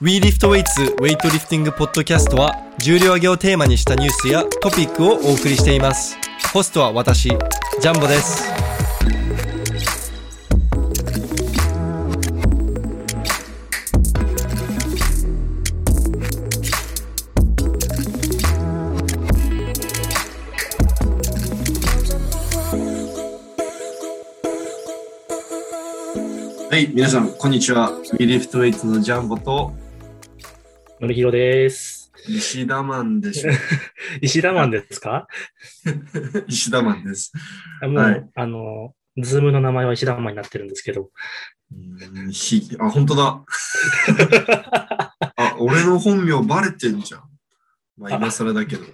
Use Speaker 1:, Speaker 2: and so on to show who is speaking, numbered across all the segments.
Speaker 1: We Lift Weights ウェイトリフティングポッドキャストは重量挙げをテーマにしたニュースやトピックをお送りしていますホストは私ジャンボですはい皆さんこんにちは We Lift Weights のジャンボと
Speaker 2: のりひろです。
Speaker 1: 石田マンでしょ
Speaker 2: 石田マンですか
Speaker 1: 石田マンです
Speaker 2: あもう、
Speaker 1: はい
Speaker 2: あの、ズームの名前は石田マンになってるんですけど。
Speaker 1: うんひあ本当 だあ俺の本名バレてんじゃんまあ今更だけど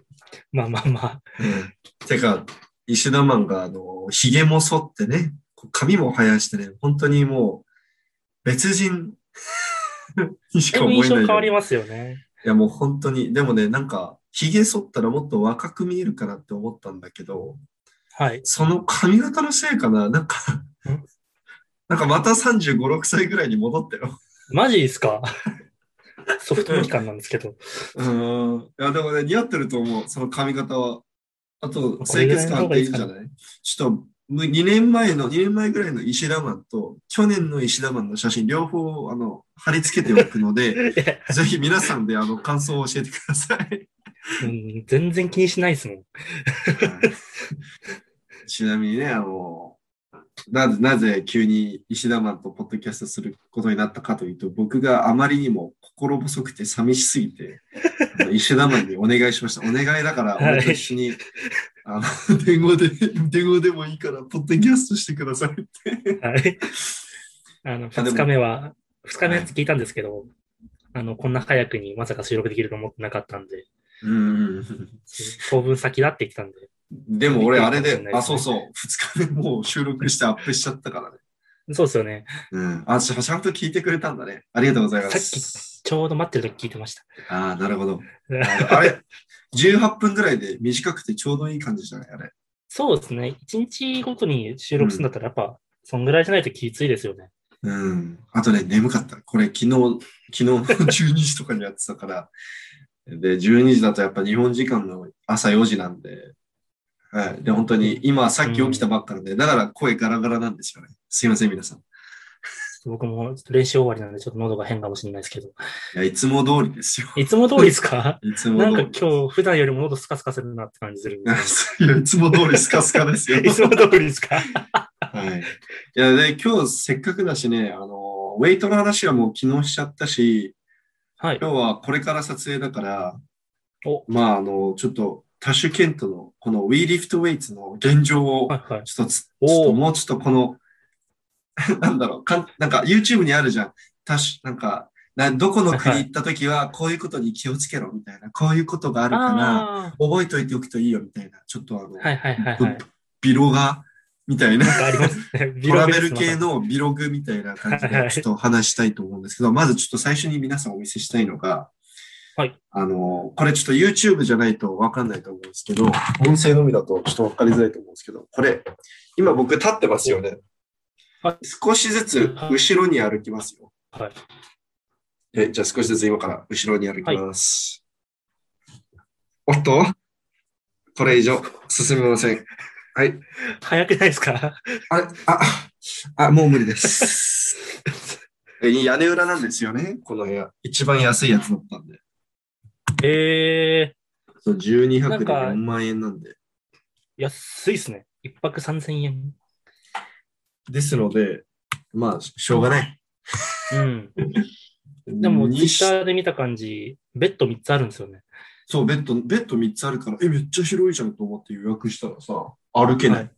Speaker 2: まあまあまあ、
Speaker 1: うんてか、石田マンが、あの、髭も剃ってね、こう髪も生やしてね、本当にもう、別人 にし
Speaker 2: で
Speaker 1: か
Speaker 2: も
Speaker 1: 思
Speaker 2: 印
Speaker 1: え
Speaker 2: 象
Speaker 1: ない
Speaker 2: 変
Speaker 1: よ
Speaker 2: わ
Speaker 1: ね。
Speaker 2: りますよね。
Speaker 1: いや、もう本当に、でもね、なんか、髭剃ったらもっと若く見えるかなって思ったんだけど、
Speaker 2: はい。
Speaker 1: その髪型のせいかな、なんか
Speaker 2: ん、
Speaker 1: なんかまた35、6歳ぐらいに戻ったよ。
Speaker 2: マジですかソフトミキ感なんですけど。
Speaker 1: うん。いや、でもね、似合ってると思う、その髪型は。あと、
Speaker 2: こ
Speaker 1: 清
Speaker 2: れぐら
Speaker 1: 潔
Speaker 2: いの
Speaker 1: 感っ
Speaker 2: 方が
Speaker 1: てい
Speaker 2: いい
Speaker 1: いん
Speaker 2: か
Speaker 1: じゃ
Speaker 2: な
Speaker 1: ないちょっと、む2年前の、2年前ぐらいの石田マンと、去年の石田マンの写真、両方、あの、貼り付けておくの で、
Speaker 2: いや
Speaker 1: ぜひ皆さんで、あの、感想を教えてください。
Speaker 2: うん、全然気にしないですもん。
Speaker 1: ちなみにね、あの、なぜ、なぜ急に石田マンとポッドキャストすることになったかというと、僕があまりにも心細くて寂しすぎて、 あの石田マンにお願いしました。お願いだから、
Speaker 2: はい
Speaker 1: 俺と一緒に、あの、電話で、電話でもいいから、ポッドキャストしてくださいって。
Speaker 2: はい。あの、
Speaker 1: あでも
Speaker 2: 2日目は、2日目のやつ聞いたんですけど、あの、こんな早くにまさか収録できると思ってなかったんで、
Speaker 1: うん。
Speaker 2: 当分先だって言ってたんで。
Speaker 1: でも俺、あれ
Speaker 2: びっくりかもしれ
Speaker 1: で
Speaker 2: な、いですね
Speaker 1: あ、そうそう、二日目もう収録してアップしちゃったからね。
Speaker 2: そうですよね。
Speaker 1: うん。あ、ちゃちゃんと聞いてくれたんだね。ありがとうございます。
Speaker 2: ちょうど待ってる時聞いてました。
Speaker 1: ああ、なるほ ど。あれ、18分ぐらいで短くてちょうどいい感じじゃないあれ。
Speaker 2: そうですね。一日ごとに収録するんだったら、やっぱ、そんぐらいじゃないときついですよね。
Speaker 1: うん。あとね、眠かった。これ昨日、昨日の12時とかにやってたから。で、12時だとやっぱ日本時間の朝4時なんで。はい。で、本当に今さっき起きたばっかなんで、だから声ガラガラなんですよね。すいません、皆さん。い
Speaker 2: 僕もちょっと練習終わりなんで、ちょっと喉が変かもしれないですけど。
Speaker 1: や、いつも通りですよ。
Speaker 2: いつも通りですか
Speaker 1: いつも
Speaker 2: なんか
Speaker 1: 通り。
Speaker 2: 今日、普段よりも喉スカスカするなって感じするん で。
Speaker 1: いやいつも通りスカスカです よ。
Speaker 2: いつも通りで すか
Speaker 1: はい。いや、で、今日せっかくだしね、あの、ウェイトの話はもう昨日しちゃったし、
Speaker 2: はい。
Speaker 1: 今日はこれから撮影だから、
Speaker 2: お
Speaker 1: まあ、あの、ちょっと、タッシュケントの、この We Lift Weights の現状を、
Speaker 2: はいはい。
Speaker 1: ちょっとつ、
Speaker 2: おー
Speaker 1: ちょっともうちょっとこの、 なんだろう、かんなんか YouTube にあるじゃん。タッシュ、なんか、などこの国行った時は、こういうことに気をつけろ、みたいな、こういうことがあるから、
Speaker 2: あ
Speaker 1: 覚えといておくといいよ、みたいな、ちょっとあの、
Speaker 2: あー。はいはいはいはい。
Speaker 1: ビロが、みたいな。
Speaker 2: なんかありますね。ビ
Speaker 1: トラ
Speaker 2: ロ
Speaker 1: ベ
Speaker 2: ベ
Speaker 1: ル
Speaker 2: ル
Speaker 1: 系
Speaker 2: 系の。
Speaker 1: のビログみたいな感じ
Speaker 2: はいは
Speaker 1: で
Speaker 2: い
Speaker 1: ちょっと話したいと思うんですけど、 まずちょっと最初に皆さんお見せしたいのが、
Speaker 2: はい
Speaker 1: あの、これちょっと YouTube じゃないとわかんないと思うんですけど、音声のみだとちょっとわかりづらいと思うんですけど、これ、今僕立ってますよね
Speaker 2: は。
Speaker 1: 少しずつ後ろに歩きますよ。
Speaker 2: はい。
Speaker 1: え、じゃあ少しずつ今から後ろに歩きます。おっとこれ以上進めません。はい。
Speaker 2: 早くないですか
Speaker 1: あれ、あ、あ、もう無理です。 え屋根裏なんですよね、この部屋。一番安いやつだったんで。
Speaker 2: え
Speaker 1: そう、12泊で
Speaker 2: なんか
Speaker 1: 4万円なんで。
Speaker 2: ー、安いっすね。一泊3000円。
Speaker 1: ですので、まあ、しょうがない。
Speaker 2: うん。でも、ツイ
Speaker 1: に
Speaker 2: ッ
Speaker 1: し
Speaker 2: ターで見た感じ、ベッド3つあるんですよね。
Speaker 1: そう、ベッド、ベッド3つあるから、え、めっちゃ広いじゃんと思って予約したらさ、歩けない。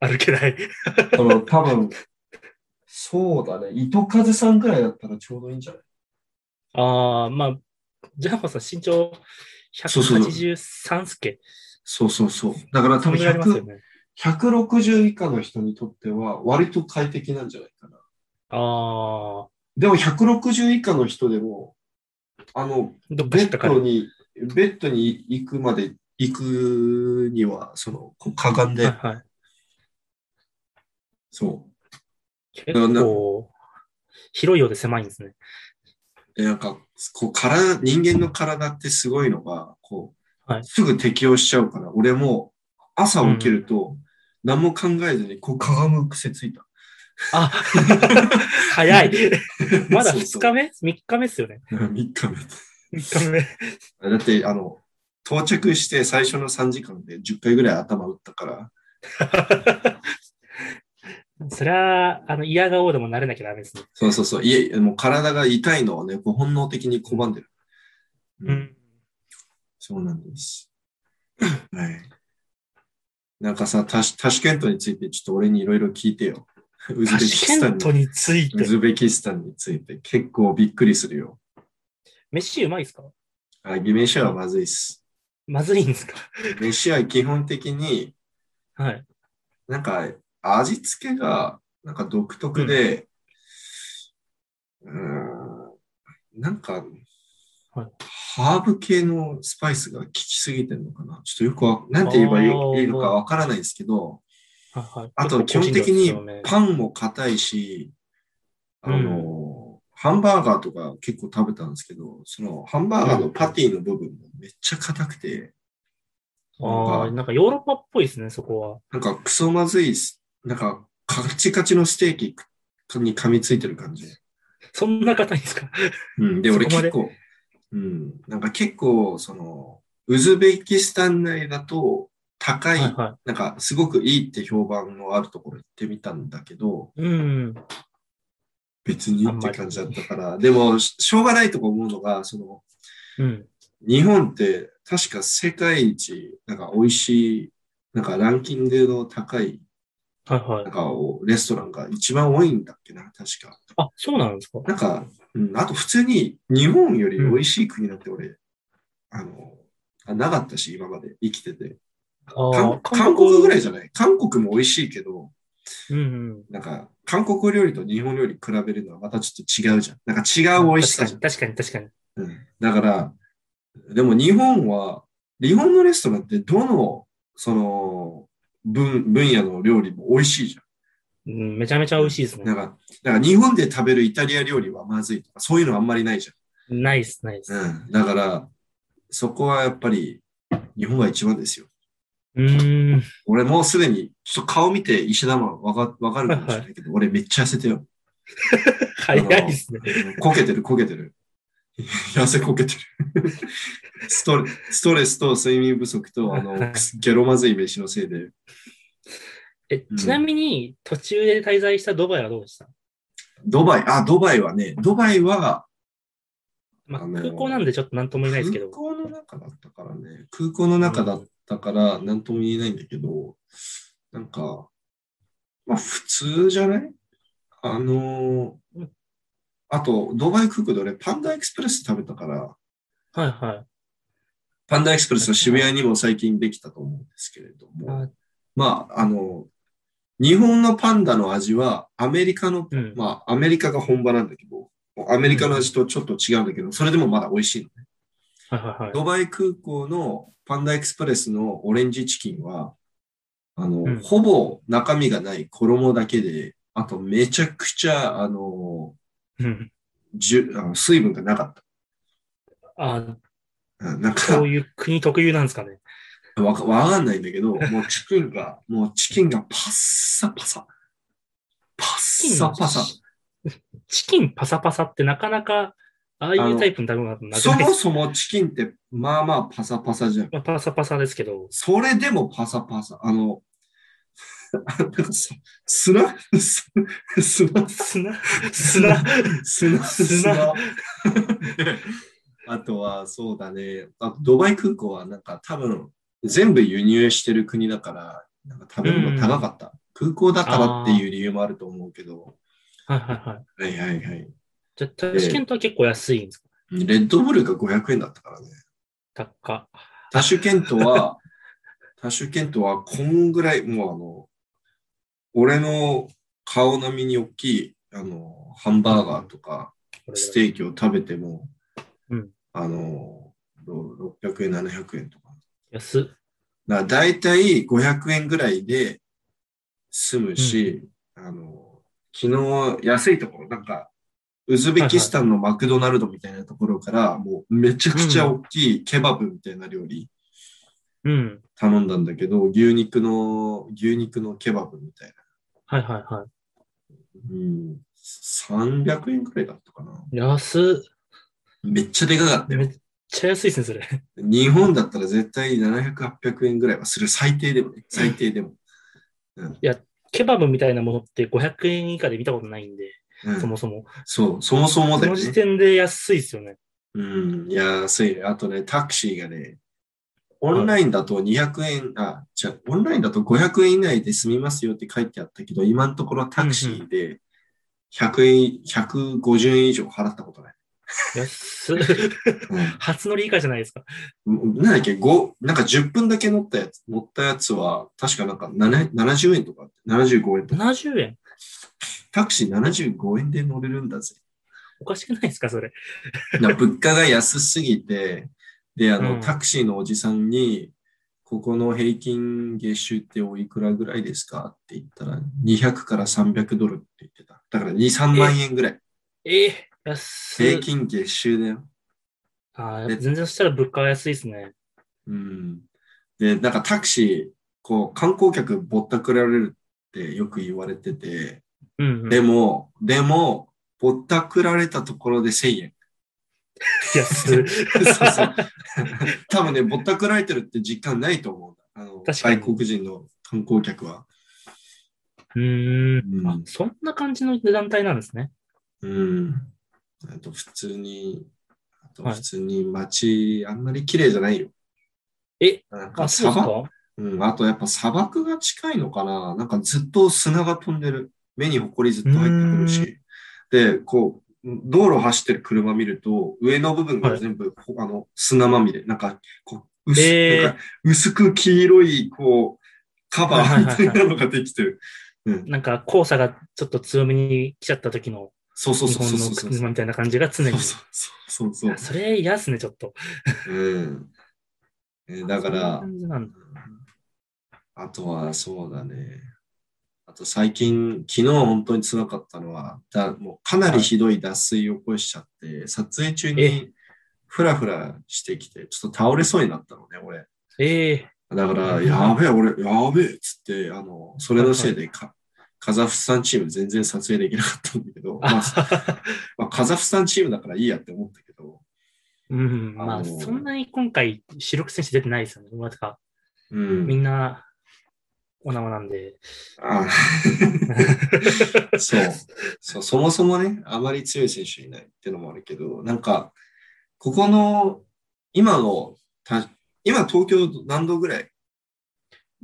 Speaker 2: 歩けない。
Speaker 1: あの、多分、そうだね、糸数さんくらいだったらちょうどいいんじゃない
Speaker 2: ああ、まあ、ジャンボさん身長
Speaker 1: そうそう
Speaker 2: 183スケ。
Speaker 1: そうそうそう。だから多
Speaker 2: そ
Speaker 1: 分
Speaker 2: れぐらいありますよ
Speaker 1: 100、
Speaker 2: ね。
Speaker 1: 160以下の人にとっては、割と快適なんじゃないかな。
Speaker 2: ああ、
Speaker 1: でも160以下の人でも、あの、
Speaker 2: どっか
Speaker 1: ベ
Speaker 2: 引っ
Speaker 1: ッ
Speaker 2: かか
Speaker 1: ド
Speaker 2: る。
Speaker 1: に、ベッドに行くまで、行くには、その、こうかがん
Speaker 2: はい
Speaker 1: で、
Speaker 2: はい。
Speaker 1: そ
Speaker 2: 結構、広いようで狭いんですね。
Speaker 1: う。で、なんか、こう、体、人間の体ってすごいのが、こう、
Speaker 2: はい
Speaker 1: すぐ適応しちゃうから、俺も朝起きると、何も考えずに、こう、かがむ癖ついた。
Speaker 2: あ早い。 まだ
Speaker 1: そうそ
Speaker 2: 2
Speaker 1: う
Speaker 2: 日目 ?3 日目っすよね。
Speaker 1: 3日
Speaker 2: 3日目。
Speaker 1: 目。だって、あの、到着して最初の3時間で10回ぐらい頭打ったから、
Speaker 2: そりゃ、あの、嫌がおうでも慣れなきゃダメですね。
Speaker 1: そうそうそう、いえ、もう体が痛いのをね、こう本能的に拒んでる。う
Speaker 2: う。ん。
Speaker 1: そうなんです。 はい。なんかさ、タシタシケントについてちょっと俺にいろいろ聞いてよ。ウズ
Speaker 2: タ
Speaker 1: ベキ
Speaker 2: シ
Speaker 1: ス
Speaker 2: ケ
Speaker 1: タ
Speaker 2: ン
Speaker 1: ン
Speaker 2: ト
Speaker 1: に。
Speaker 2: につい
Speaker 1: ウ
Speaker 2: て。
Speaker 1: ズベキスタンについて結構びっくりするよ。
Speaker 2: 飯うまいですか
Speaker 1: あ、メシアはまずいっす。
Speaker 2: まずいんですか
Speaker 1: メシアは基本的に
Speaker 2: はい。
Speaker 1: なんか味付けがなんか独特で、うーん、なんか、
Speaker 2: はい
Speaker 1: ハーブ系のスパイスが効きすぎてるのかなちょっとよくわ、なんて言えばいい
Speaker 2: あー
Speaker 1: いいのかわからないですけど、
Speaker 2: はいはい、
Speaker 1: あと基本的に
Speaker 2: 結構個人ですよね
Speaker 1: パンも硬いし、あの、ハンバーガーとか結構食べたんですけど、そのハンバーガーのパティの部分もめっちゃ硬くて、
Speaker 2: ああ、なんかヨーロッパっぽいですね、そこは。
Speaker 1: なんかクソまずいす、なんかカチカチのステーキに噛みついてる感じ。
Speaker 2: そんな硬いんですか
Speaker 1: うん、で、俺
Speaker 2: そこ
Speaker 1: 結
Speaker 2: まで
Speaker 1: 構、うん、なんか結構、その、ウズベキスタン内だと高い、
Speaker 2: はいは
Speaker 1: なんかすごくいいって評判のあるところ行ってみたんだけど、
Speaker 2: い。うん。
Speaker 1: 別にって感じだったから、でも、ししょうがないとか思うのが、その、
Speaker 2: うん。
Speaker 1: 日本って確か世界一、なんか美味しい、なんかランキングの高い、
Speaker 2: はいはい
Speaker 1: なん。かをレストランが一番多いんだっけな、確か。
Speaker 2: あ、そうなんですか
Speaker 1: なんか、うん、あと普通に日本より美味しい国なんて俺、あの、あなかったし、今まで生きてて。
Speaker 2: あ
Speaker 1: 韓
Speaker 2: ー
Speaker 1: 韓国ぐらいじゃ
Speaker 2: ん。
Speaker 1: ない韓国も美味しいけど、
Speaker 2: うんうん。
Speaker 1: なんか、韓国料理と日本料理比べるのはまたちょっと違うじゃん。なんか違う美味しさじゃん。
Speaker 2: 確かに確かに。
Speaker 1: うんだから、でも日本は、日本のレストランってどの、その、分、分野の料理も美味しいじ
Speaker 2: うん、めちゃめちゃ美味しいです
Speaker 1: ゃん。な
Speaker 2: ね
Speaker 1: ん。か、だから日本で食べるイタリア料理はまずいとか、そういうのあんまりないじ
Speaker 2: ないっす、ないっす。
Speaker 1: ゃん。うん。だから、そこはやっぱり、日本が一番ですよ。
Speaker 2: う ーん。
Speaker 1: 俺もうすでに、ちょっと顔見て石田マンわか、わかるかもしれないけど、俺めっちゃ痩せてよ。
Speaker 2: 早いっすね。
Speaker 1: うんこけてる、こけてる。 痩せこけてるストレ。ストレスと睡眠不足と、あの
Speaker 2: はい、
Speaker 1: ゲロまずい飯のせいで。
Speaker 2: え
Speaker 1: うん、
Speaker 2: ちなみに、途中で滞在したドバイはどうでした、
Speaker 1: ドバイ、あ、ドバイはね、ドバイは
Speaker 2: まあ
Speaker 1: あのー
Speaker 2: 空港なんでちょっとなんとも言えない
Speaker 1: 空
Speaker 2: ですけど。
Speaker 1: 港の中だったからね、空港の中だったから何とも言えないんだけど、なんか、まあ普通じゃないあの
Speaker 2: う
Speaker 1: ー
Speaker 2: ん、
Speaker 1: あと、ドバイ空港で俺パンダエクスプレス食べたから、
Speaker 2: はいはい。
Speaker 1: パンダエクスプレスは渋谷にも最近できたと思うんですけれども、
Speaker 2: あ
Speaker 1: まあ、あの、日本のパンダの味はアメリカの、
Speaker 2: うん。
Speaker 1: まあ、アメリカが本場なんだけど、アメリカの味とちょっと違うんだけど、それでもまだ美味しいのね。
Speaker 2: はいはいはい。
Speaker 1: ドバイ空港のパンダエクスプレスのオレンジチキンは、あの、
Speaker 2: うん
Speaker 1: ほぼ中身がない衣だけで、あとめちゃくちゃ、あの、
Speaker 2: うん
Speaker 1: じゅあの水分がなかった。う
Speaker 2: あ
Speaker 1: んなんか
Speaker 2: そう、いう国特有なんですかね。
Speaker 1: わかわかんないんだけど、もうチキンが、もうチキンがパッサパサ。パッサパサ。
Speaker 2: チキンパサパサってなかなか、ああい
Speaker 1: あの
Speaker 2: うタイプの食べ物だとなく
Speaker 1: そ
Speaker 2: ない
Speaker 1: も
Speaker 2: です。
Speaker 1: そもチキンってまあまあパサパサじゃん。
Speaker 2: まあ、パサパサですけど。
Speaker 1: それでもパサパサ。あの、 なんかさ砂砂砂
Speaker 2: 砂、砂。
Speaker 1: 砂砂
Speaker 2: 砂
Speaker 1: あとはそうだね。あとドバイ空港はなんか多分全部輸入してる国だから、なんか食べ物高かった。空港だからっていう理由もあると思うけど。
Speaker 2: はいはいはい。
Speaker 1: はいはいはい。
Speaker 2: じゃあ、タシケントは結構安いんですか
Speaker 1: レッドブルが500円だったからね。
Speaker 2: 高っ。
Speaker 1: タシュケントは、タシュケントはこんぐらい、もうあの、俺の顔並みに大きい、あの、ハンバーガーとか、ステーキを食べても、
Speaker 2: うん
Speaker 1: あの、ろ600円、700円とか。
Speaker 2: 安っ。
Speaker 1: だから大体500円ぐらいで済むし、あの、昨日安いところ、なんか、ウズベキスタンのマクドナルドみたいなところから、もうめちゃくちゃ大きいケバブみたいな料理
Speaker 2: うん。
Speaker 1: 頼んだんだけど、牛肉の、牛肉のケバブみたいな。
Speaker 2: はいはいは
Speaker 1: うん、300円くらいだったかな。
Speaker 2: い。安っ。
Speaker 1: めっちゃでかかったよ。
Speaker 2: めっちゃ安いですね、それ。
Speaker 1: 日本だったら絶対700、800円ぐらいはする。最低でもね。最低でも。
Speaker 2: ケバブみたいなものって500円以下で見たことないんで、
Speaker 1: うん
Speaker 2: そもそも。
Speaker 1: そう、そもそも
Speaker 2: そ
Speaker 1: だよ
Speaker 2: の時
Speaker 1: ね。
Speaker 2: 点で安いですよね。
Speaker 1: うん、いや安い。あとね、タクシーがね、オンラインだと200円、あ、じゃオンラインだと500円以内で済みますよって書いてあったけど、今のところタクシーで100円、150円以上払ったことない。
Speaker 2: 安っ。
Speaker 1: うん
Speaker 2: 初乗り以下じゃないですか。
Speaker 1: なんだっけ、5、なんか10分だけ乗ったやつ、乗ったやつは、確かなんか7 70円とか、75円とか、
Speaker 2: 70円
Speaker 1: タクシー75円で乗れるんだぜ。
Speaker 2: おかしくないですか、それ。
Speaker 1: な物価が安すぎて、で、あの、
Speaker 2: うん
Speaker 1: タクシーのおじさんに、ここの平均月収っておいくらぐらいですかって言ったら、200から300ドルって言ってた。だから2、3万円ぐらい。
Speaker 2: ええ安
Speaker 1: 平
Speaker 2: い。
Speaker 1: 均月収だよ。
Speaker 2: あー全然そしたら物価は安いですね。
Speaker 1: うん。で、なんかタクシー、こう、観光客ぼったくられるってよく言われてて、
Speaker 2: うん、うん。
Speaker 1: でも、でも、ぼったくられたところで1000円。
Speaker 2: 安 い。
Speaker 1: そうそう。多分ね、ぼったくられてるって実感ないと思うんだ。あの
Speaker 2: 確かに
Speaker 1: 外国人の観光客は。
Speaker 2: うーん。
Speaker 1: うん
Speaker 2: あ、そんな感じの団体なんですね。
Speaker 1: うん。あと、普通に、あと
Speaker 2: はい
Speaker 1: 普通に街、あんまり綺麗じゃないよ。
Speaker 2: え
Speaker 1: なんか
Speaker 2: あ、そう
Speaker 1: 砂
Speaker 2: です
Speaker 1: 漠
Speaker 2: か
Speaker 1: うん、あとやっぱ砂漠が近いのかななんかずっと砂が飛んでる。目に埃ずっと入ってくるし。で、こう、道路走ってる車見ると、上の部分が全部、こあの砂まみれ。なんか、こう、薄,、
Speaker 2: えー
Speaker 1: なんか薄く黄色い、こう、カバ
Speaker 2: はい
Speaker 1: ー
Speaker 2: は
Speaker 1: み
Speaker 2: いはい
Speaker 1: た
Speaker 2: はい
Speaker 1: いなのができてる。うん。
Speaker 2: なんか、黄砂がちょっと強めに来ちゃった時の
Speaker 1: そうそう
Speaker 2: 日
Speaker 1: そう
Speaker 2: 本
Speaker 1: そう
Speaker 2: の
Speaker 1: そうそう。
Speaker 2: 車みたいな感じが常
Speaker 1: そう
Speaker 2: に。
Speaker 1: そうそう
Speaker 2: あそれ嫌っすね、ちょっと。
Speaker 1: そう。うん。えーだか
Speaker 2: そんな
Speaker 1: ら、
Speaker 2: 感じなんだ
Speaker 1: あとは、そうだね。あと最近、昨日本当に辛かったのは、だもうかなりひどい脱水を起こしちゃって、撮影中に
Speaker 2: え
Speaker 1: ふらふらしてきて、ちょっと倒れそうになったのね、俺。
Speaker 2: ええ
Speaker 1: だから、
Speaker 2: うん
Speaker 1: やべえ、俺、やべえっつって、あの、それのせいでか、カザフスタンチーム全然撮影できなかったんだけ ど、まあ
Speaker 2: あ
Speaker 1: まあカザフスタンチームだからいいやって思ったけど、
Speaker 2: うん、
Speaker 1: あの
Speaker 2: まあ、そんなに今回、主力選手出てないですよね。まあてか、
Speaker 1: うん
Speaker 2: みんな、お縄なんで。
Speaker 1: あ そうそう。そもそもね、あまり強い選手いないってのもあるけど、なんか、ここの、今の、た今東京何度ぐらい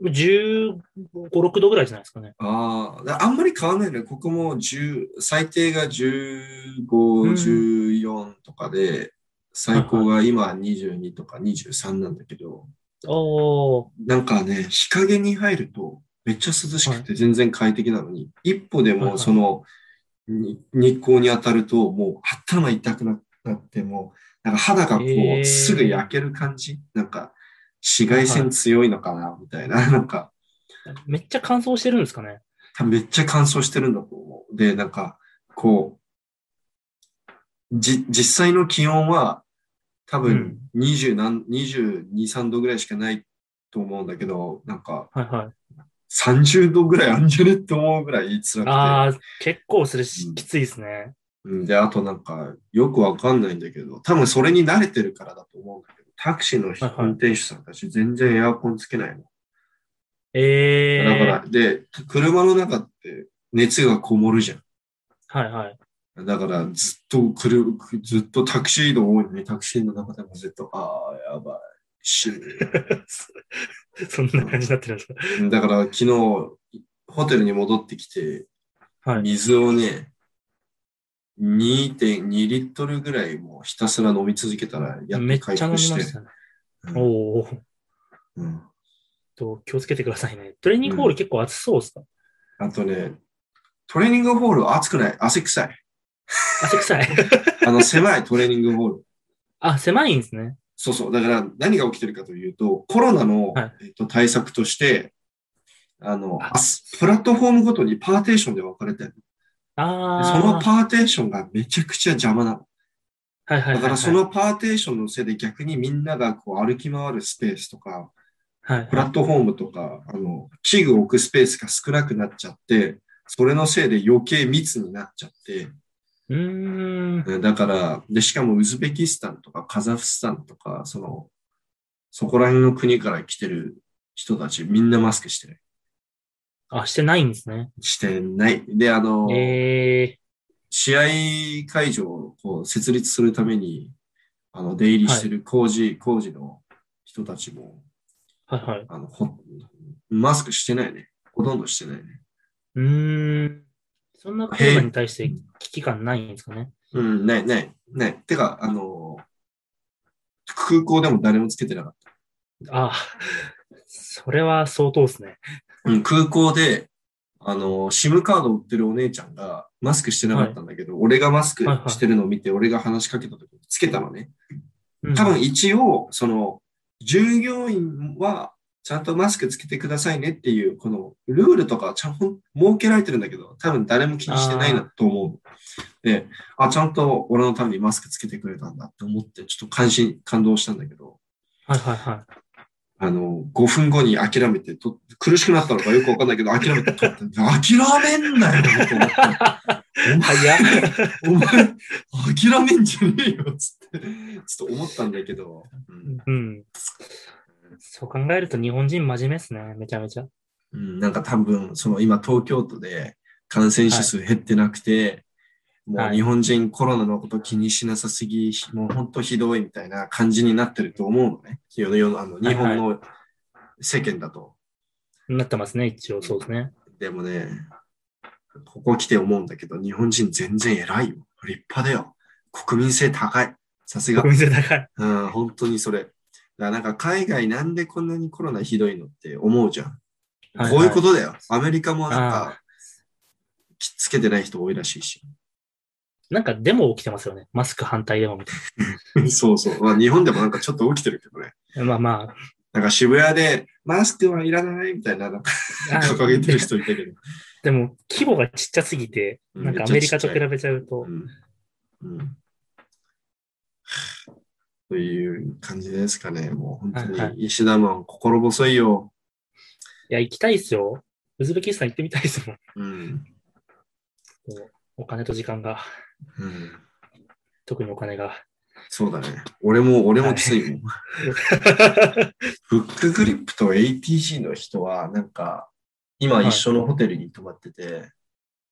Speaker 2: 15、6度ぐらいじゃないですかね。
Speaker 1: ああ、だあんまり変わんないね。ここも10、最低が15、
Speaker 2: ん
Speaker 1: 14とかで、最高が今22とか23なんだけど、
Speaker 2: おー、
Speaker 1: なんかね、日陰に入ると、めっちゃ涼しくて全然快適なのに、一歩で
Speaker 2: はいは
Speaker 1: も
Speaker 2: い
Speaker 1: その、に日光に当たると、もう頭痛くなって、もう、なんか肌がこ
Speaker 2: へ
Speaker 1: う、
Speaker 2: ー
Speaker 1: すぐ焼ける感じなんか、紫外線強いのかなみたいな、 なんか、
Speaker 2: めっちゃ乾燥してるんですかね。
Speaker 1: 多分めっちゃ乾燥してるんだと思う。で、なんか、こう、じ、実際の気温は、多分20何、22、3度ぐらいしかないと思うんだけど、なんか、
Speaker 2: はいはい。
Speaker 1: 30度ぐらいあんじゃねって思うぐらい辛くて。
Speaker 2: ああ、結構それ
Speaker 1: うん
Speaker 2: しきついですね。
Speaker 1: うんで、あとなんか、よくわかんないんだけど、多分それに慣れてるからだと思うんだけど、タクシーの
Speaker 2: はいはい
Speaker 1: 運転手さんたち全然エアコンつけないの。
Speaker 2: ええ
Speaker 1: だから、で、車の中って熱がこもるじゃ
Speaker 2: は いはい。
Speaker 1: ん。だから、ずっとくる、ずっとタクシーの多いね。タクシーの中でもずっと、ああ、やばい。死ぬ。
Speaker 2: そんな感じになってるんですか。
Speaker 1: だから、昨日、ホテルに戻ってきて、
Speaker 2: はい。
Speaker 1: 水をね、2.2リットルぐらいもうひたすら飲み続けたら、やっ
Speaker 2: め
Speaker 1: と
Speaker 2: っちゃ
Speaker 1: 回
Speaker 2: 飲みま
Speaker 1: 復して。
Speaker 2: したね。
Speaker 1: うん
Speaker 2: おー。
Speaker 1: うん
Speaker 2: と気をつけてくださいね。トレーニングホール結構暑そうですか、
Speaker 1: あとね、トレーニングホールは暑くない汗臭い。
Speaker 2: 汗臭い。
Speaker 1: あの、狭いトレーニングホール。
Speaker 2: あ、狭いんですね。
Speaker 1: そうそう。だから何が起きてるかというと、コロナの、
Speaker 2: はい
Speaker 1: えっと、対策として、あの、
Speaker 2: あ
Speaker 1: あすプラットフォームごとにパーテーションで分かれてる。
Speaker 2: あ
Speaker 1: で
Speaker 2: あ。
Speaker 1: そのパーテーションがめちゃくちゃ邪魔なの。
Speaker 2: はいはいはい、はい。
Speaker 1: だからそのパーテーションのせいで逆にみんながこう歩き回るスペースとか、
Speaker 2: はいはい、
Speaker 1: プラットフォームとか、あの、器具を置くスペースが少なくなっちゃって、それのせいで余計密になっちゃって、
Speaker 2: うーん。
Speaker 1: うんだから、で、しかもウズベキスタンとかカザフスタンとか、その、そこら辺の国から来てる人たち、みんなマスクしてない。
Speaker 2: あ、してないんですね。
Speaker 1: してない。で、あの、
Speaker 2: え
Speaker 1: 試合会場をこう設立するために、あの、出入りしてる工事、工事の人たちも、
Speaker 2: ー。はいはい。
Speaker 1: あの、ほ、マスクしてないね。ほとんどしてないね。
Speaker 2: うーん。そんなコロナに対して危機感ないんですかね。
Speaker 1: うん、ない、ない、ない。てか、あの、空港でも誰もつけてなかっ
Speaker 2: ああ。それは相当ですね。
Speaker 1: た。うん、空港で、あの、SIM カード売ってるお姉ちゃんがマスクしてなかったんだけど、俺がマスクしてるのを見て、俺が話しかけた時につけたのね。
Speaker 2: うん
Speaker 1: 多分一応、その、従業員は、ちゃんとマスクつけてくださいねっていう、このルールとかはちゃんと設けられてるんだけど、多分誰も気にしてないなと思う。で、あ、ちゃんと俺のためにマスクつけてくれたんだって思って、ちょっと感心、感動したんだけど、
Speaker 2: はいはいはい。
Speaker 1: あの、5分後に諦めてと、苦しくなったのかよくわかんないけど、諦めて取って、諦めんなよと思って。
Speaker 2: 早っ。
Speaker 1: お前、諦めんじゃねえよ、つって、ちょっと思ったんだけど、うん
Speaker 2: うん。そう考えると日本人真面目ですね。めちゃめちゃ。
Speaker 1: うん、なんか多分、その今東京都で感染者数減ってなくて、も
Speaker 2: は
Speaker 1: う
Speaker 2: い
Speaker 1: 日本人コロナのこと気にしなさすぎ、もう本当ひどいみたいな感じになってると思うのね。世の世のあの
Speaker 2: いは
Speaker 1: 日
Speaker 2: い
Speaker 1: 本の世間だと。
Speaker 2: なってますね、一応。そうですね。
Speaker 1: でもね、ここ来て思うんだけど、日本人全然偉いよ。立派だよ。国民性高い。さ すが。
Speaker 2: 国民性高い。
Speaker 1: うん、本当にそれ。だからなんか海外なんでこんなにコロナひどいのって思うじゃん。
Speaker 2: はい
Speaker 1: こういうことだよ。アメリカもなん
Speaker 2: あ
Speaker 1: か、きつけてない人多いらしいし。
Speaker 2: なんかデモ起きてますよね。マスク反対デモみたい
Speaker 1: そうそう。まあ日本でもなんかちょっと起きてるけどね。
Speaker 2: な。まあま
Speaker 1: なんか渋谷でマスクはいらないみたいななんか
Speaker 2: あ。あ
Speaker 1: 掲げてる人いたけど。
Speaker 2: でも、規模がちっちゃすぎて、
Speaker 1: うん
Speaker 2: なんかアメリカと比
Speaker 1: め
Speaker 2: べちゃうと
Speaker 1: う、ん。うん。という感じですかね。もう本
Speaker 2: は
Speaker 1: 当
Speaker 2: いは
Speaker 1: に石田マン心細いよ。
Speaker 2: いや、行きたいっすよ。ウズベキスタン行ってみたいっすもん。
Speaker 1: うん。
Speaker 2: お金と時間が、
Speaker 1: うん。
Speaker 2: 特にお 金が。
Speaker 1: そうだね。俺も、俺もきついもん。フックグリップと ATG の人は、なんか、今一緒のホテルに泊まってて、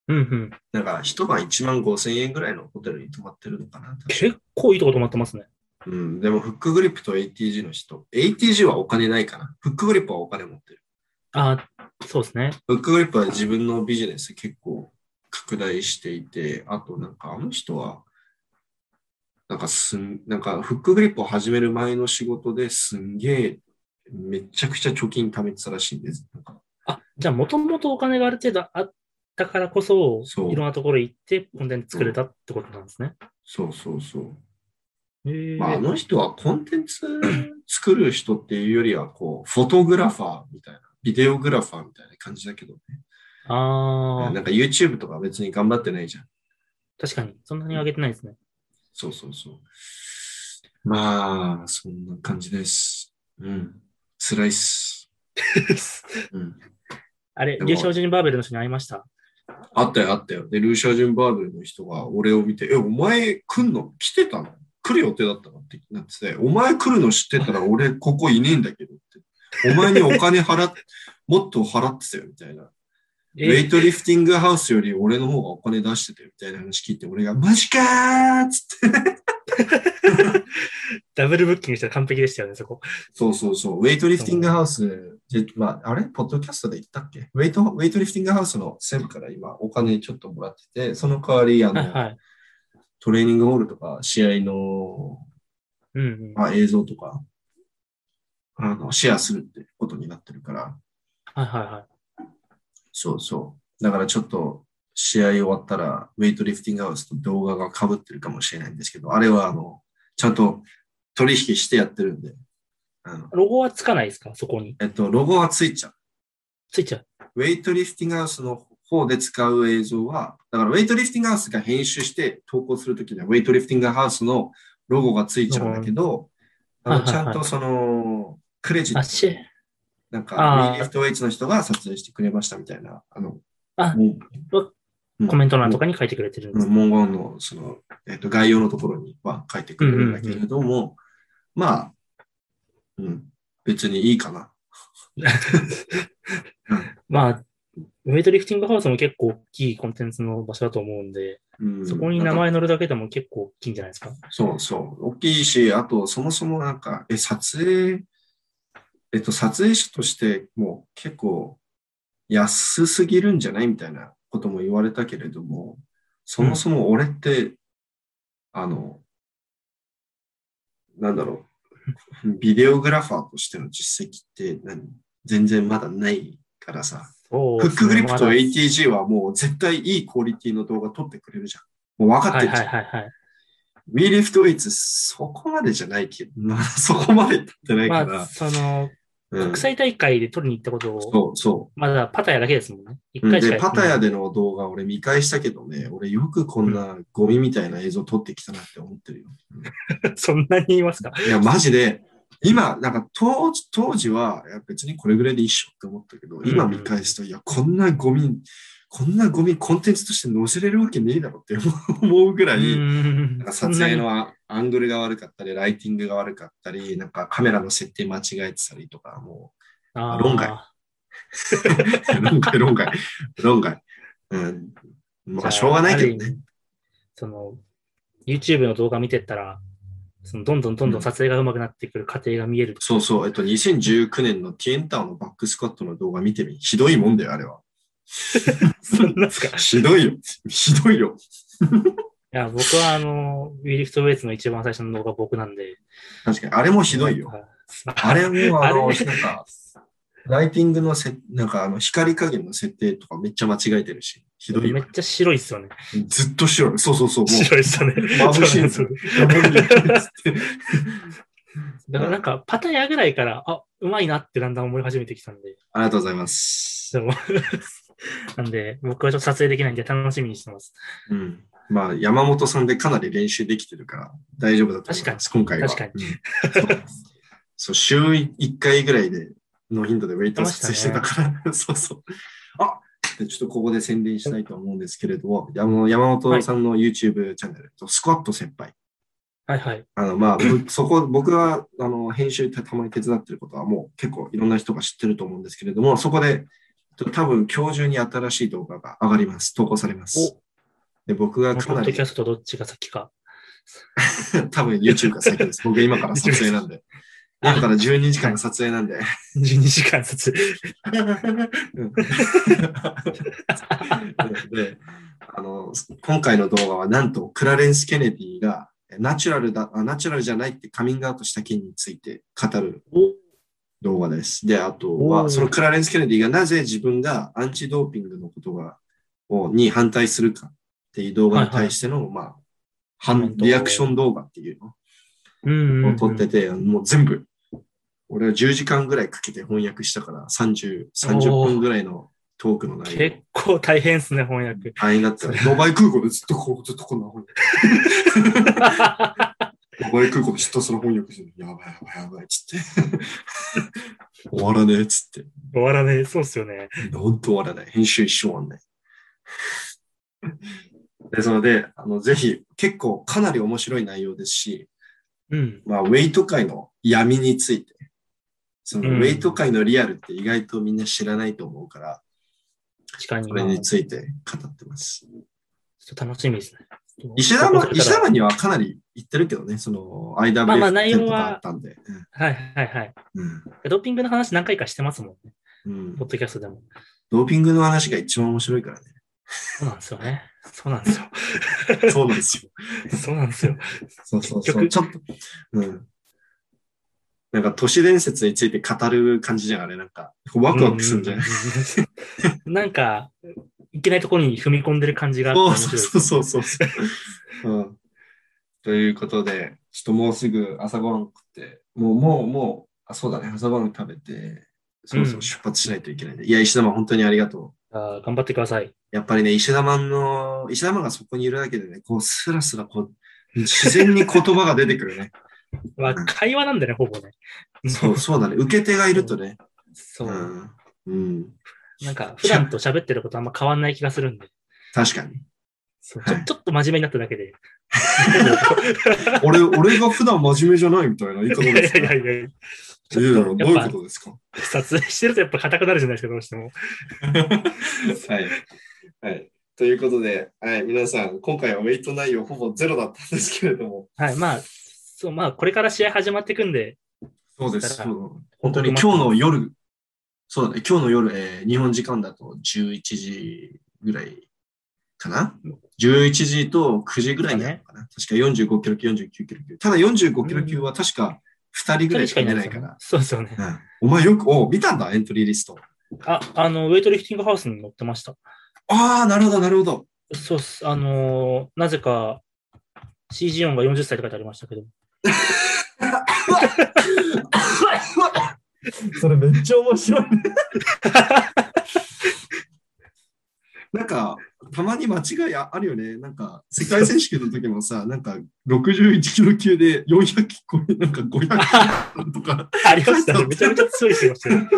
Speaker 2: うんうん。
Speaker 1: なんか一晩1万5千円ぐらいのホテルに泊まってるのかな。確か
Speaker 2: 結構いいとこ泊まってますね。
Speaker 1: うん、でもフックグリップと ATG の人、ATG はお金ないかな。フックグリップはお金持ってる。
Speaker 2: あそうですね。
Speaker 1: フックグリップは自分のビジネス結構拡大していて、あとなんかあの人は、なんかすん、なんかフックグリップを始める前の仕事ですんげえ、めちゃくちゃ貯金貯めてたらしいんです。なんか
Speaker 2: あ、じゃあ、もともとお金がある程度あったからこそ、
Speaker 1: そう
Speaker 2: いろんなところ行って、コンテンツ作れたってことなんですね。
Speaker 1: そうそうそう。
Speaker 2: へー
Speaker 1: まあ、あの人はコンテンツ作る人っていうよりは、こう、フォトグラファーみたいな、ビデオグラファーみたいな感じだけどね。
Speaker 2: あ
Speaker 1: な
Speaker 2: ー
Speaker 1: んか YouTube とか別に頑張ってないじゃん。
Speaker 2: 確かに、そんなに上げてないですね。
Speaker 1: そうそうそう。まあ、そんな感じです。うん。スライス。うん。
Speaker 2: あれ
Speaker 1: で、も
Speaker 2: 優勝順バーベルの人に会いました。
Speaker 1: あったよ、あったよ。で、ルーシャージュン・バーブルの人が俺を見て、え、お前来んの来てたの来る予定だったのってなってて、お前来るの知ってたら俺ここいねえんだけどって。お前にお金払っ、 もっと払ってたよみたいな。ウェイトリフティングハウスより俺の方がお金出してたよみたいな話聞いて、俺がマジかーっつって。
Speaker 2: ダブルブッキングしたら完璧でしたよね、そこ。
Speaker 1: そうそうそう。ウェイトリフティングハウス、でまあ、あれポッドキャストで言ったっけウェイトウェイトリフティングハウスの専務から今お金ちょっともらってて、その代わりあの、
Speaker 2: はいはい。
Speaker 1: トレーニングホールとか試合の、
Speaker 2: うんうん。
Speaker 1: まあ、映像とかあのシェアするってことになってるから、
Speaker 2: はいはいはい。
Speaker 1: そうそう。だからちょっと試合終わったらウェイトリフティングハウスと動画が被ってるかもしれないんですけど、あれはあのちゃんと取引してやってるんで、あの
Speaker 2: ロゴはつかないですかそこに。
Speaker 1: えっと、ロゴがついちゃう
Speaker 2: ついちゃう。
Speaker 1: ウェイトリフティングハウスの方で使う映像は、だからウェイトリフティングハウスが編集して投稿するときには、ウェイトリフティングハウスのロゴがついちゃうんだけど、
Speaker 2: うん
Speaker 1: あ
Speaker 2: は
Speaker 1: の
Speaker 2: い
Speaker 1: ち
Speaker 2: はいは
Speaker 1: ゃ
Speaker 2: い
Speaker 1: んとそのクレジ
Speaker 2: あ、
Speaker 1: ット、
Speaker 2: し、
Speaker 1: なんか、
Speaker 2: あー
Speaker 1: リリフトウェイツの人が撮影してくれましたみたいな、あの、
Speaker 2: あ
Speaker 1: もうん
Speaker 2: コメント欄とかに書いてくれてるん
Speaker 1: う
Speaker 2: です。
Speaker 1: 文言のその、えっと概要のところには書いてくれるんだけれども、まあ、うん、別にいいかな。
Speaker 2: まあ、ウェイトリフティングハウスも結構大きいコンテンツの場所だと思うんで、
Speaker 1: うん、
Speaker 2: そこに名前乗るだけでも結構大きいんじゃないですか。
Speaker 1: そうそう。大きいし、あと、そもそもなんか、え、撮影、えっと、撮影者としてもう結構安すぎるんじゃないみたいなことも言われたけれども、そもそも俺って、あの、なんだろう、ビデオグラファーとしての実績って何全然まだないからさ、
Speaker 2: そう
Speaker 1: フックフリップと
Speaker 2: まだ
Speaker 1: ATG はもう絶対いいクオリティの動画撮ってくれるじゃん。もう分かっ
Speaker 2: は
Speaker 1: て
Speaker 2: い
Speaker 1: るじゃん
Speaker 2: はいはいはい。
Speaker 1: ウィーリフトウェイツ、そこまでじゃないけど、まあ、 そこまで行ってないから、
Speaker 2: まあ、その、
Speaker 1: うん
Speaker 2: 国際大会で取りに行ったことを、
Speaker 1: そうそ
Speaker 2: まだパタヤだけですもんね。一
Speaker 1: う。
Speaker 2: 回しか
Speaker 1: で、
Speaker 2: や
Speaker 1: パ
Speaker 2: ってな
Speaker 1: タ
Speaker 2: い
Speaker 1: ヤでの動画、俺見返したけどね、俺よくこんなゴミみたいな映像撮ってきたなって思ってるよ。
Speaker 2: そんなに言いますか
Speaker 1: いや、マジで、今、なんか当時当時は、いや別にこれぐらいで一緒って思ったけど、
Speaker 2: ん
Speaker 1: 今見返すと、いや、こんなゴミ、こんなゴミコンテンツとして載せれるわけねえだろって思うぐらい、
Speaker 2: ん
Speaker 1: なんか撮影のアアングルが悪かったり、ライティングが悪かったり、なんかカメラの設定間違えてたりとか、も論外。う、 論外、論外、論外。うん。まあ、しょうがないけどね。
Speaker 2: ね。その、YouTube の動画見てったら、そのどんどんどんどん撮影が上手くなってくる過程が見える。
Speaker 1: そうそう、えっと、2019年のティエンターのバックスカットの動画見てみ。ひどいもんだよ、あれ は。
Speaker 2: そんなんすかい
Speaker 1: ひどいよ。ひどいよ。
Speaker 2: や、僕はあの、ウィリフトウェイツの一番最初の動画僕なんで。
Speaker 1: 確かに、あれもひどいよ。
Speaker 2: なんか。
Speaker 1: あれも、あの、
Speaker 2: あ
Speaker 1: な
Speaker 2: れ
Speaker 1: んか、ライティングのせ、なんか、あの、光加減の設定とかめっちゃ間違えてるし、ひどい
Speaker 2: め
Speaker 1: よ
Speaker 2: っ。ちゃ白いっすよね。
Speaker 1: ずっと白い。そうそうそう、もう。
Speaker 2: 白いっすよね。
Speaker 1: 眩しいんですよ。
Speaker 2: だからなんか、パタヤぐらいから、あ、うまいなってだんだん思い始めてきたんで。
Speaker 1: ありがとうございます。
Speaker 2: でも なんで、僕はちょっと撮影できないんで楽しみにしてます。
Speaker 1: うん。まあ、山本さんでかなり練習できてるから大丈夫だと思います。今回は。
Speaker 2: 確かに
Speaker 1: うんそうそう、週1回ぐらいでの頻度でウェイトを撮影してたから、 そうそう。あでちょっとここで宣伝したいと思うんですけれども、あの山本さんの YouTube チャンネル、スクワット先輩。
Speaker 2: はいはい。
Speaker 1: あの、まあ、ぶそこ、僕は、あの、編集ってたまに手伝ってることはもう結構いろんな人が知ってると思うんですけれども、そこで、多分今日中に新しい動画が上がります。投稿されます。で、僕
Speaker 2: お、
Speaker 1: が
Speaker 2: ポ
Speaker 1: か
Speaker 2: ッ
Speaker 1: な
Speaker 2: ド
Speaker 1: り
Speaker 2: キ、ャストとどっちが先か。
Speaker 1: 多分 YouTube が先です。僕今から撮影なんで。
Speaker 2: あ
Speaker 1: 今から12時間の撮影なんで。
Speaker 2: 12時間撮影。
Speaker 1: うんで、あの、今回の動画はなんとクラレンス・ケネディがナチュラルだ、あナチュラルじゃないってカミングアウトした件について語る
Speaker 2: お
Speaker 1: 動画です。で、あと
Speaker 2: お
Speaker 1: は、
Speaker 2: ー
Speaker 1: そのクラレンス・ケネディがなぜ自分がアンチドーピングのことが、をに反対するかっていう動画に対しての、まあ、
Speaker 2: コメ
Speaker 1: 反
Speaker 2: ント
Speaker 1: リアクション動画っていう
Speaker 2: うんうんう
Speaker 1: のを
Speaker 2: ん。
Speaker 1: 撮ってて、もう全部、俺は10時間ぐらいかけて翻訳したから、30、30分ぐらいのトークの内容
Speaker 2: 結。構大変ですね、翻 訳。
Speaker 1: 大変だったら、ドバイ空港でずっとこう、ずっとこんな翻訳。ドバイ空港でひたすら翻訳してる。やばいやばいやばいっつって。 終わらねえっつって。
Speaker 2: 終わらない。そうっすよね。
Speaker 1: 本当終わらない。編集一生終わんない。ですので、あの、ぜひ、結構かなり面白い内容ですし、
Speaker 2: うん。
Speaker 1: まあ、ウェイト界の闇について、その
Speaker 2: うん
Speaker 1: ウェイト界のリアルって意外とみんな知らないと思うから、
Speaker 2: 時間に
Speaker 1: それ
Speaker 2: まあ。
Speaker 1: に
Speaker 2: ち
Speaker 1: ついて語ってます。
Speaker 2: ょっと楽しみですね。
Speaker 1: 石田
Speaker 2: は
Speaker 1: も、石田もにはかなり言ってるけどね、その IW
Speaker 2: まあまあ内容は
Speaker 1: とかあったんで。
Speaker 2: はいはいはい。
Speaker 1: うん
Speaker 2: ドーピングの話何回かしてますもんね。
Speaker 1: うん
Speaker 2: ポッドキャストでも。
Speaker 1: ドーピングの話が一番面白いからね。
Speaker 2: そうなんですよね。そうなんですよ。
Speaker 1: そうなんですよ。
Speaker 2: そうなんですよ。
Speaker 1: そうそう
Speaker 2: 結
Speaker 1: そう。
Speaker 2: 局
Speaker 1: ちょっと、うん。なんか都市伝説について語る感じじゃん、あれ。なんか、ワクワクするんじゃない、
Speaker 2: うんなんか、いけないところに踏み込んでる感じがあって面白い
Speaker 1: そう
Speaker 2: です
Speaker 1: そうそうそうそう。うん。ということで、ちょっともうすぐ朝ごはん食って、もう、もう、もう、あ、そうだね、朝ごはん食べて、そろそろ出発しないといけないんで。いや、石田も本当にありがとう。
Speaker 2: あー頑張ってください。
Speaker 1: やっぱりね、石田マンの、石田マンがそこにいるだけでね、こう、スラスラこう、自然に言葉が出てくる ね。
Speaker 2: まあ、会話なんだね、ほぼね。
Speaker 1: そう、そうだね。受け手がいるとね。
Speaker 2: そうう。
Speaker 1: ん。うん。
Speaker 2: なん か、普段と喋ってることあんま変わんない気がするんで。
Speaker 1: 確かに。
Speaker 2: そうちょ
Speaker 1: はい
Speaker 2: ちょっと真面目になっただけで。
Speaker 1: 俺、俺が普段真面目じゃないみたいな言い方
Speaker 2: いやい
Speaker 1: ですね。
Speaker 2: やいやいや
Speaker 1: いやいやどう
Speaker 2: やっ
Speaker 1: いう
Speaker 2: ぱ
Speaker 1: ことですか
Speaker 2: 撮影してるとやっぱ硬くなるじゃないですか、どうしても。
Speaker 1: はい。はい。ということで、はい、皆さん、今回はウェイト内容ほぼゼロだったんですけれども。
Speaker 2: はい、まあ、そう、まあ、これから試合始まっていくんで、
Speaker 1: そう
Speaker 2: で
Speaker 1: ですす。
Speaker 2: 本
Speaker 1: 本
Speaker 2: 当
Speaker 1: 当
Speaker 2: に
Speaker 1: に
Speaker 2: 今
Speaker 1: 今
Speaker 2: 日
Speaker 1: 日の夜、そうだね、今日の夜、えー日本時間だと11時ぐらいかな ?11 時と9時ぐらいになるのかな、確か45キロ級、49キロ級。ただ45キロ級は確か2人ぐらいしかいない
Speaker 2: です
Speaker 1: か
Speaker 2: よね
Speaker 1: ら。
Speaker 2: そうですよね。
Speaker 1: うんお前よく、お見たんだ、エントリーリスト。
Speaker 2: あ、あの、ウェイトリフティングハウスに載ってました。
Speaker 1: ああ、なるほど、なるほど。
Speaker 2: そうっす。あのーなぜか、CG 音が40歳って書いてありましたけど。
Speaker 1: それめっちゃ面白いね。なんか、たまに間違いあるよね。なんか、世界選手権の時もさ、 なんか、61キロ級で400超え、なんか500とか。
Speaker 2: ありましたね。めちゃめちゃ強いしてましたね。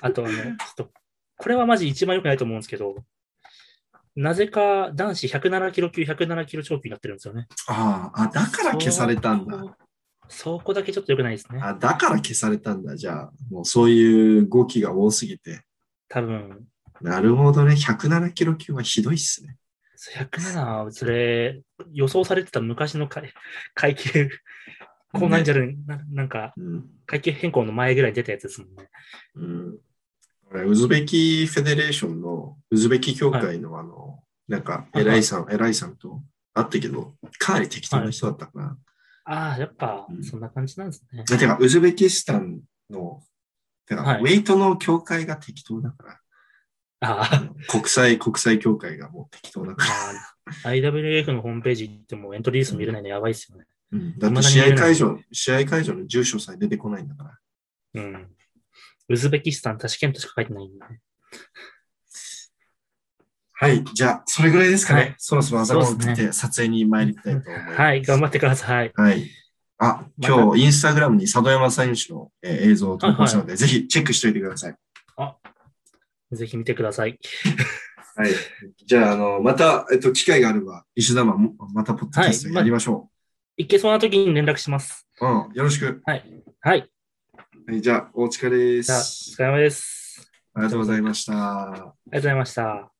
Speaker 2: あと、あの、ちょっと、これはマジ一番良くないと思うんですけど、なぜか男子107キロ級、107キロ超級になってるんですよね。
Speaker 1: ああ、あだから消されたんだ。
Speaker 2: そこだけちょっと良くないですね。
Speaker 1: あだから消されたんだ。じゃあ、もうそういう動きが多すぎて。
Speaker 2: 多分、
Speaker 1: なるほどね。107キロ級はひどいっすね。
Speaker 2: 107はそれ、予想されてた昔の階階級、こうなんじゃる、ななんか、
Speaker 1: うん。
Speaker 2: 階級変更の前ぐらいに出たやつですもんね。
Speaker 1: うん、これウズベキフェデレーションの、ウズベキ協会のあの、なんか、
Speaker 2: いはい
Speaker 1: 偉いさん、偉いさんと会ったけど、かなり適当な人だったかな。
Speaker 2: ああ、やっぱ
Speaker 1: う、ん
Speaker 2: そんな感じなんですね。
Speaker 1: てか、ウズベキスタンの、てか、
Speaker 2: はい
Speaker 1: ウェイトの協会が適当だから、
Speaker 2: あ
Speaker 1: あ
Speaker 2: あ、
Speaker 1: の国際、国際協会がもう適当だから。
Speaker 2: まあ、IWF のホームページ行ってもエントリー数も見れないのやばいですよね。
Speaker 1: うん、だっ
Speaker 2: 未
Speaker 1: て試
Speaker 2: だに言え
Speaker 1: 合
Speaker 2: ない
Speaker 1: 会場、試合会場の住所さえ出てこないんだから。
Speaker 2: うん。ウズベキスタン、タシケントしか書いてないんだね。
Speaker 1: はい、じゃあ、それぐらいですかね。
Speaker 2: はい
Speaker 1: そろそろ朝ごはん
Speaker 2: そうです
Speaker 1: 食
Speaker 2: ね
Speaker 1: って撮影に参りたいと思います。
Speaker 2: はい、頑張ってください。
Speaker 1: はい。あ、
Speaker 2: また
Speaker 1: 今日、インスタグラムに里山選手のえー映像を投稿したので、ぜひチェックしておいてください。
Speaker 2: ぜひ見てください。
Speaker 1: はい。じゃあ、あの、また、えっと、機会があれば、石田マンも、またポッドキャストやりましょ
Speaker 2: 行けそうな時に連絡します。
Speaker 1: う。うん、よろしく。
Speaker 2: はい、
Speaker 1: はい、じゃあ、お疲れで
Speaker 2: じゃあ、お
Speaker 1: す
Speaker 2: 疲。れ様です。
Speaker 1: ありがとうございました。
Speaker 2: ありがとうございました。